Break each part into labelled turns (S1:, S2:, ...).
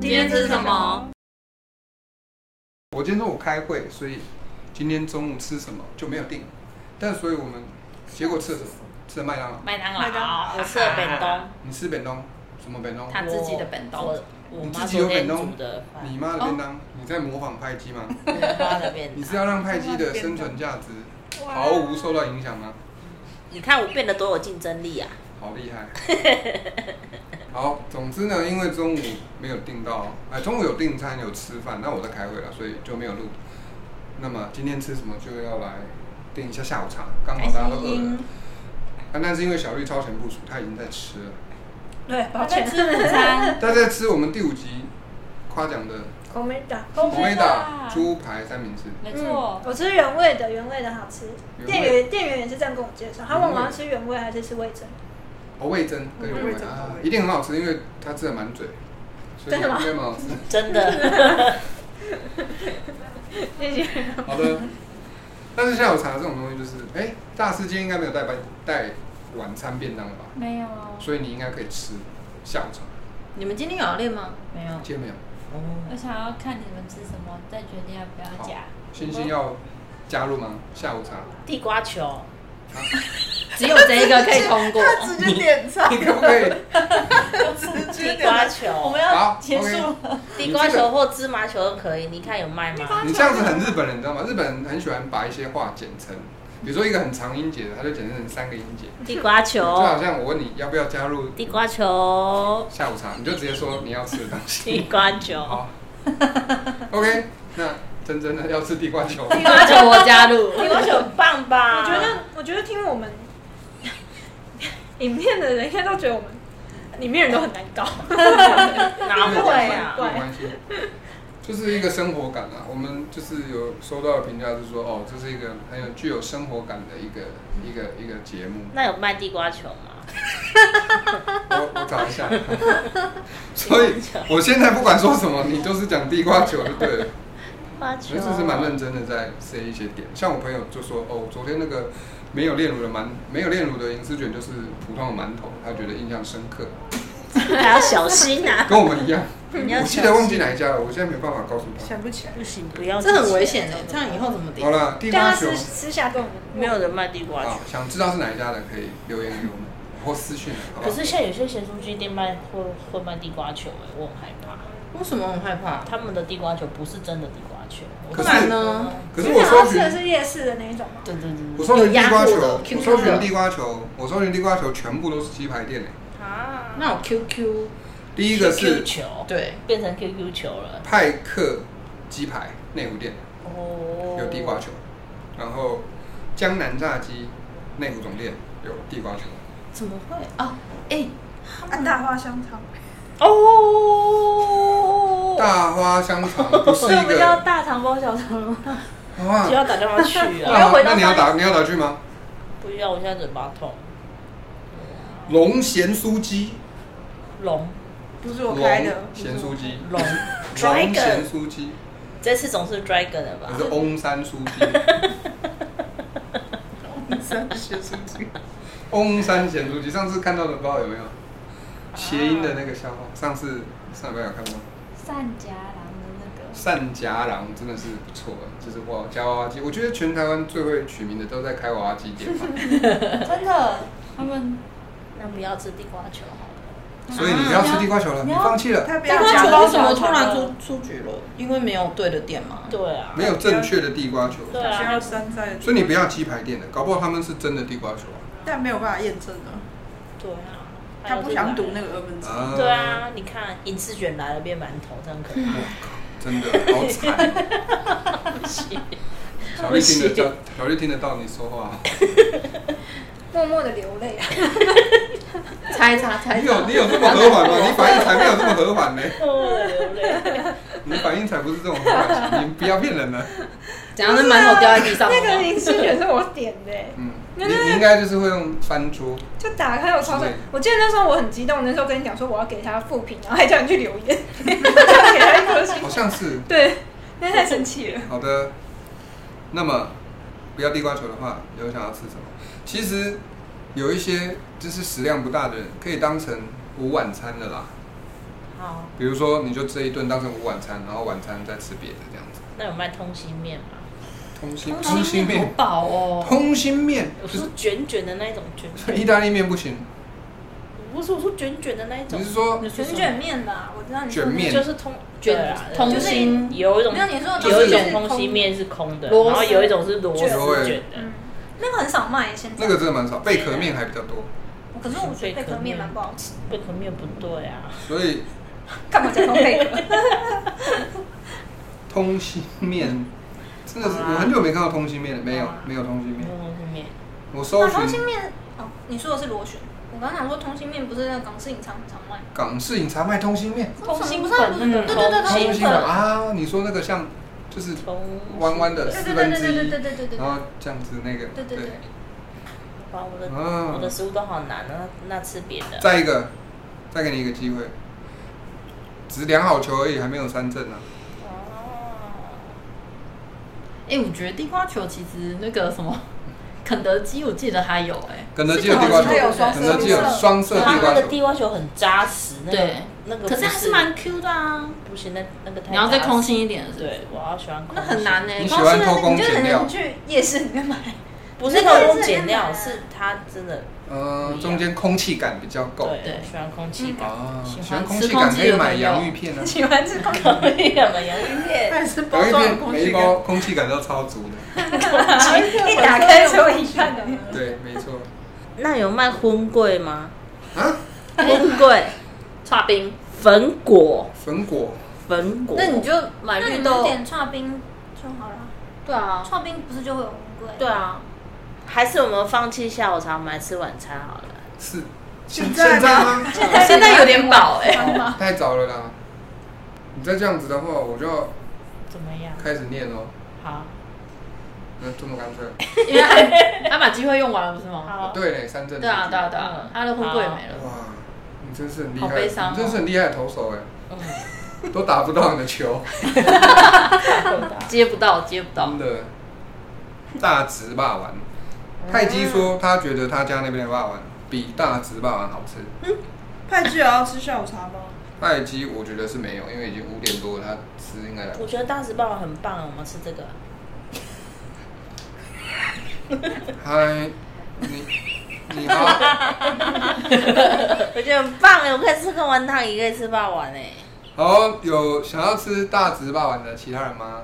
S1: 今天吃什么？
S2: 我今天中午开会，所以今天中午吃什么就没有定。但所以我们结果吃了什么？吃了麦当劳。
S1: 麦当
S3: 麦当
S1: 劳，
S3: 劳
S1: 我吃了本东，
S2: 你吃本东？什么本东？
S1: 他自己的本东
S3: 我我
S2: 你
S3: 妈
S2: 自己有
S3: 昨
S2: 本
S3: 天
S2: 东
S3: 煮的饭，
S2: 你妈的便当？你在模仿派基 吗？
S3: 我妈的便
S2: 你
S3: 当。
S2: 是要让派基的生存价值
S3: 哇
S2: 毫无受到影响吗？
S1: 你看我变得多有竞争力啊！
S2: 好厉害！ 好，总之呢，因为中午没有订到，哎，中午有订餐有吃饭，那我在开会了，所以就没有录。那么今天吃什么就要来订一下下午茶，刚好大家都饿了。啊，但是因为小绿超前部署，他已经在 吃了。
S4: 对，抱歉。
S1: 午 餐，
S2: 他在吃我们第五集夸奖的
S4: 我没打。
S2: 红梅达猪排三明治，
S1: 没
S4: 嗯，我吃原味的，原味的好吃。
S2: 原味
S4: 店员店员也是这样跟我介绍，他问我要吃原味还是吃味噌。
S2: 哦，味增跟原味
S4: 嗯味增
S2: 啊，一定很好吃，因为他吃的满嘴，所以
S4: 真的吗
S2: 应该蛮好吃。
S1: 真的，
S4: 谢谢。
S2: 好的，但是下午茶这种东西就是，哎、大师今天应该没有带晚带晚餐便当了吧？
S1: 没有。
S2: 所以你应该可以吃下午茶。
S3: 啊你们今天有要练吗？没有。
S2: 今天没有，
S5: 我想要看你们吃什么，再决定要不要
S2: 好
S5: 加。，
S2: 星星要加入吗？下午茶，
S1: 地瓜球，
S2: 啊、
S3: 只有这一个可以通过。
S1: 他
S3: 直接点菜
S2: 你可不可以？
S1: 地瓜球，
S2: 好，OK。
S1: 地瓜球或芝麻球都可以，你看有卖吗？
S2: 你这样子很日本人，你知道吗？日本人很喜欢把一些话简称，比如说一个很长音节的，他就简称成三个音节。
S1: 地瓜
S2: 就好
S1: 球，
S2: 像我问你要不要加入
S1: 地瓜球，
S2: 下午茶，你就直接说你要吃的东西。
S1: 地瓜球，
S2: 好哦 ，OK，那真真的要吃地瓜球。
S3: 那就我加入。
S1: 地瓜球很棒吧？
S4: 我觉得我觉得听我们 影片的人应该都觉得我们里面人都很难搞。
S1: 哪会啊？
S2: 没关系，就是一个生活感啊。我们就是有收到的评价是说，哦，这是一个很有具有生活感的一个一个一个节目。
S1: 嗯那有卖地瓜球吗？
S2: 我我找一 下， 所以我现在不管说什么，你都是讲地瓜球就对 了。
S1: 地瓜球，
S2: 那这是蛮认真的在塞一些点，像我朋友就说，哦，昨天那个没有炼乳的馒，没有炼乳的银丝卷就是普通的馒头，他觉得印象深刻，
S1: 还要小心 啊！
S2: 跟我们一样。
S1: 你要
S2: 我记得忘记哪一家了，我现在没办法告诉他。
S3: 不起来，
S1: 不行，不要，
S3: 这很危险的，这样以后怎么点
S2: 好？了，地
S4: 叫
S2: 瓜
S4: 他
S2: 球
S4: 私，私下跟我们
S1: 欸没有人卖地瓜
S2: 好
S1: 球。，
S2: 想知道是哪一家的可以留言给我们或私讯，好不
S1: 可
S2: 好？
S1: 是现在有些咸酥鸡店卖会会卖地瓜球、哎，我很害怕。
S3: 为什么很害怕？
S1: 他们的地瓜球不是真的地瓜球，
S2: 可
S3: 不
S2: 是嗯
S3: 然呢？
S2: 可是我
S4: 他
S2: 搜
S4: 吃的啊
S2: 寻，
S4: 是夜市的那一种吗？
S1: 对对
S2: 我
S1: 对
S2: 搜寻地瓜球，
S3: 有压过的
S2: 我
S3: Q
S2: 搜
S3: Q
S2: 寻
S3: 的
S2: 地瓜球，我搜寻地瓜球，全部都是鸡排店诶。
S1: 对。啊，
S3: 那我 QQ
S2: 第一个
S1: QQ
S2: 是
S1: 球，，
S3: 对，
S1: 变成 QQ 球了。
S2: 派克鸡排内湖店，
S1: 哦
S2: 有地瓜。球，然后江南炸鸡内湖总店有地瓜球，
S3: 怎么会啊？哎，
S4: 安大花香肠，
S1: 哦。
S2: 大花香肠不是一个
S5: 要大肠包小肠了吗？
S2: 啊
S1: 就。要打电话去
S2: 那
S1: 啊！
S2: 好那你要打你要打去吗？
S1: 不要，我现在嘴巴痛。
S2: 龙咸酥鸡，
S1: 龙
S3: 不是
S2: 龙咸酥鸡，
S1: 龙，
S2: 龙咸酥鸡，
S1: 这次总是 dragon 了吧
S2: 还？是翁山酥鸡？
S3: 三学生精。
S2: 翁山咸酥鸡，上次看到的不知道有没有谐音的那个笑话？上次上礼拜有看过吗。
S5: 善夹郎的那个，
S2: 善夹郎真的是不错，就是哇，夹娃娃机，我觉得全台湾最会取名的都在开娃娃机店吧。
S5: 真的，他们
S1: 那不要吃地瓜球好了。
S2: 所以你不要吃地瓜球了，
S5: 啊
S2: 你放弃了，
S3: 地瓜球为什么突然出出局了？因为没有对的店嘛。
S1: 对啊，
S2: 没有正确的地瓜球，
S1: 对啊，
S3: 山寨
S2: 所以你不要鸡排店的，搞不好他们是真的地瓜球
S3: 但没有办法验证啊。
S1: 对啊。
S3: 那个二分
S2: 啊。啊
S1: 对，啊，你看银丝卷来了变馒头，这样可
S2: 嗯
S1: 以吗？
S2: 真的好惨。小丽听得到，小丽听得到你说话。
S4: 默默的流泪啊。
S3: 猜一猜，猜
S2: 你
S3: 一
S2: 有
S3: 猜。
S2: 你有这么和缓吗？你反应才没有这么和缓呢，
S1: 我的流泪。
S2: 你反应才不是这种和缓，你不要骗人了。
S3: 怎样？那馒头掉在地上了
S4: 啊那
S3: 吗？
S4: 个零食卷是我点的欸，
S2: 嗯，你你应该就是会用翻桌，
S4: 就打开我超
S2: 对
S4: 爽。我记得那时候我很激动，那时候跟你讲说我要给他复评，然后还叫你去留言， 叫你给他一颗星。
S2: 好像是。
S4: 对，那太生气了。
S2: 好的，那么不要地瓜球的话，有想要吃什么？其实有一些就是食量不大的人，可以当成午晚餐的啦。
S1: 好，
S2: 比如说，你就这一顿当成午晚餐，然后晚餐再吃别的这样子。
S1: 那有卖通心面吗？
S2: 通心
S5: 通
S2: 心
S5: 心面好
S2: 面，
S5: 饱哦，
S2: 通心面
S1: 我
S2: 就是
S1: 卷卷的那一种卷卷，
S2: 意大利面不行，
S1: 不是我说卷卷的那一种
S2: 你是，说
S3: 你
S4: 卷卷面吧，我知道你说
S2: 卷面
S1: 就是通
S3: 卷
S1: 对啊
S3: 通
S1: 就是
S3: 心
S1: 有一种
S4: 没有你说的
S2: 就是
S1: 有一
S4: 就
S1: 种
S4: 是
S1: 通心面是空的，
S3: 螺丝
S1: 然后有一种是螺丝
S2: 卷
S1: 卷的，哎
S4: 嗯，那个很少卖现在。
S2: 那个真的蛮少，贝壳面还比较多，
S4: 可是我觉得贝壳面蛮不好吃，
S1: 贝壳面不对啊，
S2: 所以
S4: 干嘛讲到贝 壳？
S2: 通心面真的是
S1: 好啦
S2: 我很久没看到通心面了，没有
S1: 好啦
S2: 没有通心
S1: 没
S2: 面，
S1: 有通心面，
S2: 我
S4: 嗯
S2: 搜
S4: 那通
S2: 寻
S4: 心面哦，你说的是螺旋。我刚想说通心面不是那个港式饮茶很常卖，
S2: 港式饮茶卖通心面，
S1: 通心
S4: 不是啊
S1: 粉
S4: 不是对对对，
S1: 通
S4: 通
S2: 通
S1: 心
S2: 心
S4: 粉
S2: 粉，啊，你说那个像就是
S1: 通
S2: 弯弯的
S4: 对
S2: 四
S4: 对
S2: 分
S4: 对
S2: 之
S4: 对对
S2: 一
S4: 对，对对对
S2: 然后这样子那个
S4: 对对对。
S1: 哇，我的、
S2: 嗯
S1: 我的食物都好难啊，那那吃别的。
S2: 再一个，再给你一个机会，只量好球而已，还没有三振啊呢、
S1: 哦，
S3: 哎、我觉得地瓜球其实那个什么， 肯德基我记得还有哎、
S2: 肯德基有地瓜球，
S4: 是有双色
S2: 肯德基有双色
S1: 它
S2: 地
S1: 那
S2: 瓜
S1: 个
S2: 球，
S1: 地瓜球很扎实，那个
S3: 对
S1: 那个
S3: 可
S1: 不
S3: 是
S1: 是
S3: 还是蛮 Q 的啊。
S1: 不行，那那个太
S3: 你要再
S1: 扎实
S3: 空心一点是不是
S1: 对，我要喜欢空
S3: 那
S1: 心
S3: 很难呢、
S2: 你喜
S3: 光
S2: 欢
S3: 是
S2: 偷工
S4: 你就
S2: 减
S4: 很
S2: 料
S4: 能，去夜市里面买，
S1: 不是偷工减料，是它真的
S2: 呃，中间空气感比较够。
S1: 对，
S3: 对
S1: 我喜欢空气感，
S2: 啊，
S3: 喜欢
S2: 喜欢空
S3: 吃
S2: 气
S3: 空
S2: 感
S3: 气
S2: 可以
S3: 的
S2: 买
S3: 朋友
S2: 洋芋片 啊，
S4: 喜欢吃空气
S1: 可以啊，洋芋片，
S3: 但是
S2: 洋芋片每一包空气感都超足 的。
S4: 一打开只有一半的。
S2: 对，没错。
S1: 那有卖荤桂吗？
S2: 啊，
S1: 荤桂、
S3: 刨冰，
S1: 粉果、
S2: 粉果
S1: 粉果，
S3: 那你就买
S4: 那你
S3: 绿
S4: 们
S3: 豆。
S4: 点串冰就好了，
S3: 对啊，
S4: 串冰不是就会有红桂？
S3: 对， 啊，
S1: 还是我们放弃下午茶，我们来吃晚餐好了。
S2: 是现现在吗？
S3: 现在有点饱 哎、
S2: 哦太早了啦！你再这样子的话，我就要
S1: 怎么样？
S2: 开始念喽。
S1: 好，
S2: 那这么干脆？
S3: 因为他他把机会用完了不是吗？
S1: 好，
S2: 对嘞，三振。
S3: 对啊，对啊，对啊
S1: 嗯，
S3: 他的婚柜没了。
S2: 哇，你真是很厉
S3: 好
S2: 害，
S3: 悲伤哦
S2: 你真是很厉害的投手哎，
S1: 嗯，
S2: 都打不到你的球，
S1: 够大
S3: 接不到，接不到
S2: 真。的大直霸丸。泰姬说他觉得他家那边的霸丸比大直霸丸好吃。
S6: 派记也要吃下午茶 吗？
S2: 泰姬我觉得是没有，因为已经五点多了，他吃应该来不
S1: 我觉得大石棒很棒，我们吃这 个。
S2: 及。嗨，你你好， 嗯
S1: 我觉得很棒哎，我可以吃个丸汤，也可以吃霸王哎。
S2: 好有想要吃大直霸丸的其他人吗？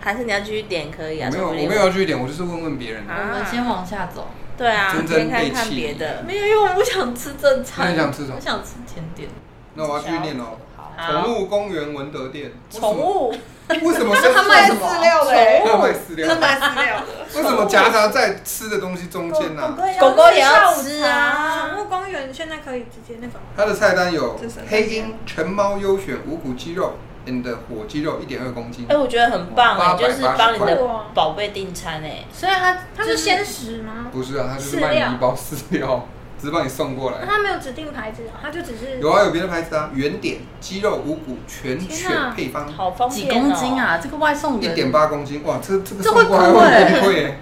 S1: 还是你要继续点可以啊？
S2: 我没有，
S1: 说
S2: 我
S1: 不
S2: 没
S1: 定
S2: 有要去点，我就是问问别人的。
S3: 我
S1: 啊
S3: 们先往下走。
S1: 对啊，
S2: 真正
S1: 先看
S2: 被
S1: 看
S2: 气
S1: 别的。
S3: 没有，因为我不想吃正
S2: 那你想吃什么
S3: 我想吃甜点。
S2: 那我要继续念哦。
S1: 好
S2: 宠物公园文德店，
S1: 宠物
S2: 为什么是
S6: 他卖饲料的、欸，
S2: 他卖饲料
S6: 他？ 卖饲 料的。
S2: 为什么夹杂在吃的东西中间啊呢、
S1: 狗狗也要吃啊
S4: 宠物公园现在可以直接那个，
S2: 它的菜单有
S6: 这是
S2: 黑鹰、橙猫优选五谷鸡肉 and 火鸡肉一点二公斤
S1: 哎、，我觉得很棒哎、
S2: 880
S1: 就是帮你的
S4: 块
S1: 宝贝订餐哎、
S3: 所以它
S4: 它是鲜食吗？
S2: 不是啊，它就是
S4: 饲
S2: 卖
S4: 料
S2: 你一包饲料， 只是帮你送过
S4: 那
S2: 来。
S4: 它没有指定牌子啊，它就只是
S2: 有啊，有别的牌子啊，原点鸡肉五谷全
S4: 天
S2: 犬
S4: 啊
S2: 配方，
S1: 好方便、
S3: 几
S1: 哦。
S3: 公斤？啊？这个外送
S2: 一
S3: 员
S2: 点八公斤，哇，这这个
S3: 这
S2: 送
S3: 会
S2: 过来
S3: 哭欸
S2: 很贵欸。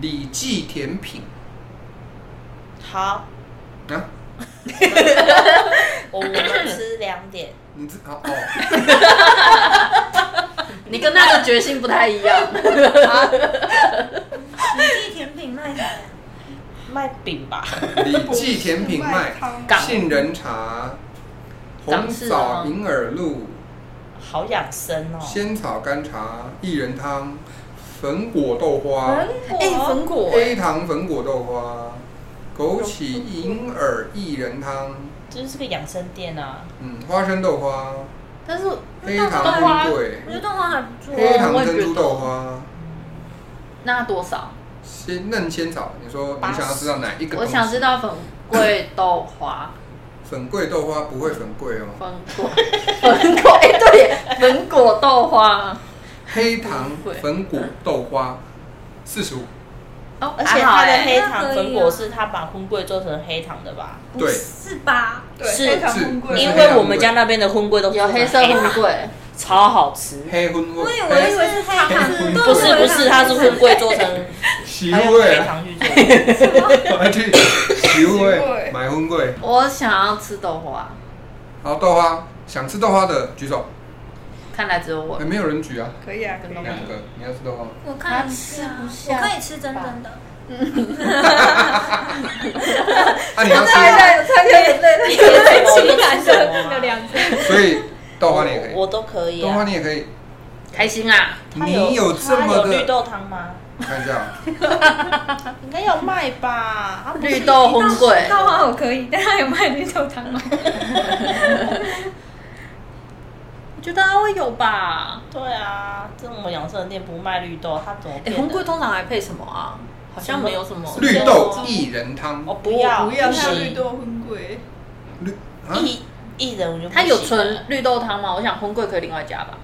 S2: 李记甜品
S1: 好，
S2: 啊，
S1: 我我们吃两 点。
S2: 你这啊哦。
S3: 你跟他的决心不太一样。
S4: 李记甜品 卖的。
S1: 卖饼吧，
S2: 李记甜品麦
S6: 港、
S2: 杏仁茶、红
S3: 港式的
S2: 枣
S3: 吗
S2: 银耳露、
S1: 好养生哦。
S2: 仙草甘茶、薏仁汤、粉果豆花、
S3: 哎，粉果
S2: A 糖粉果豆花、枸杞银耳薏仁汤、
S1: 这就是个养生店啊。
S2: 嗯，花生豆花、
S3: 但是
S2: 黑
S3: 豆花
S2: 糖冰桂
S4: 我、觉得动画还不错
S2: 黑
S4: 啊，
S2: 糖
S3: 我也
S2: 珍
S3: 觉
S2: 珠
S3: 得
S2: 豆花、
S3: 那多少？
S2: 鲜嫩仙草。你说你
S1: 八十
S2: 想要知道哪一个东
S3: 我
S2: 西？
S3: 想知道粉桂豆花，
S2: 粉桂豆花不会粉桂哦，
S3: 粉果， 粉果，哎，对耶，粉果豆花。
S2: 黑糖
S3: 不会
S2: 粉果豆花四十五。
S3: 哦，
S1: 而且它的黑
S4: 还好
S1: 糖
S4: 欸
S1: 粉果是它把荤桂做成黑糖的吧？
S2: 对，
S4: 是吧？
S6: 对，
S1: 是
S6: 黑糖红
S2: 是
S6: 桂，
S1: 因为我们家那边的荤桂都是
S3: 有黑色
S1: 黑
S3: 红
S1: 糖，
S3: 桂，
S1: 超好 吃，
S2: 黑混
S4: 我
S2: 味，
S4: 以为
S2: 哎黑
S4: 是他们，
S1: 不是不是，它是混桂做成，
S2: 洗
S1: 还用
S2: 味
S1: 黑
S2: 啊，
S1: 糖去做。
S2: 我要去洗味
S6: 味
S2: 买混味。
S3: 我想要吃豆花，
S2: 好，豆花，想吃豆花的举手，
S3: 看来只有我
S2: 哎，。没有人举啊，
S6: 可以啊，可
S3: 跟
S6: 以
S3: 东
S2: 两个，你要吃豆花吗？
S4: 我看一下，我可以吃真正的，
S2: 啊，你要吃，
S4: 有差点眼泪
S1: 你点什么我就吃什么啊
S4: 有两只，
S2: 所以豆花你 也可
S1: 我
S2: 以，
S1: 都可以
S2: 豆花
S1: 啊。
S2: 你也可以。
S3: 开心啊！
S1: 它
S2: 你有这
S1: 它
S2: 么
S1: 有绿
S2: 的？
S1: 豆汤吗？
S2: 看一下 啊，
S1: 应该有卖吧？它不是
S3: 绿豆烘桂，
S4: 豆花我可以，但他有卖绿豆汤吗？
S3: 我觉得它会有吧。
S1: 对啊，这种养生的店不卖绿豆，它怎么
S3: 哎，
S1: 变的？
S3: 红桂通常还配什么啊？好像没有什么
S2: 绿豆薏仁汤，
S1: 我哦不要
S6: 不要像
S1: 行
S6: 绿豆荤贵，
S2: 绿啊，
S1: 一一人我就不
S3: 它有
S1: 行
S3: 纯绿豆汤吗？我想红桂可以另外加吧。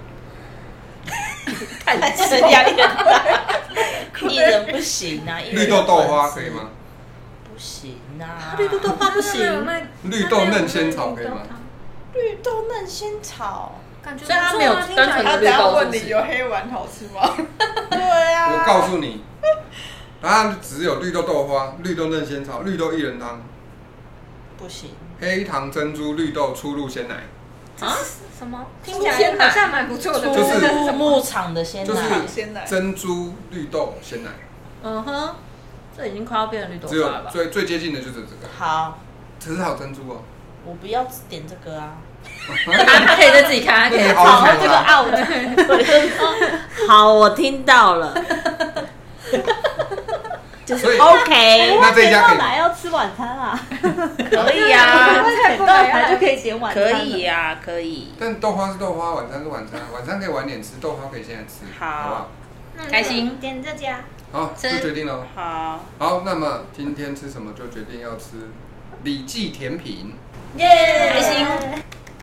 S1: 看起来压力很大， 一人不行 啊，一人
S2: 绿豆豆花可以吗？
S1: 不行啊，
S3: 绿豆豆花不行，
S2: 绿豆嫩仙草可以吗？
S1: 绿豆嫩仙草，
S4: 感觉
S3: 所以它没有单纯
S6: 他
S3: 的
S6: 等
S3: 绿
S6: 下
S3: 豆是
S6: 问
S3: 不
S6: 你
S3: 是
S6: 有？黑丸好吃吗？
S1: 对啊，
S2: 我告诉你，答案只有绿豆豆花、绿豆嫩仙草、绿豆薏仁汤、
S1: 不行，
S2: 黑糖珍珠绿豆初露鲜奶，
S3: 啊，
S4: 什么？
S1: 听起来
S4: 好像蛮不错的，
S2: 就是
S1: 出牧场的啊鲜
S2: 就是
S1: 奶，
S6: 鲜奶
S2: 珍珠绿豆鲜奶，
S3: 嗯哼，这已经快要变成绿豆
S2: 只有
S3: 花了吧？
S2: 最最接近的就是这个，
S1: 好，
S2: 只是还有珍珠哦。
S1: 我不要点这个啊，
S3: 他他可以再自己看， 他可以再自己
S2: 好
S3: 看
S2: 这 个
S1: out，好，我听到 了。就是
S2: 所以
S1: OK，
S2: 那这一家可以吗
S7: 要吃晚餐 啊？
S1: 可以 啊，
S4: 到
S7: 到哪就可以点晚餐
S1: 可
S7: 了。
S1: 以啊，可以。
S2: 但豆花是豆花，晚餐是晚餐，晚餐可以晚点吃，豆花可以现在吃，
S1: 好
S2: 好
S3: 开心
S4: 点这家，
S2: 不好？好，就
S3: 吃
S2: 决定了哦。
S1: 好，
S2: 好，那么今天吃什么就决定要吃李记甜品。
S1: 耶！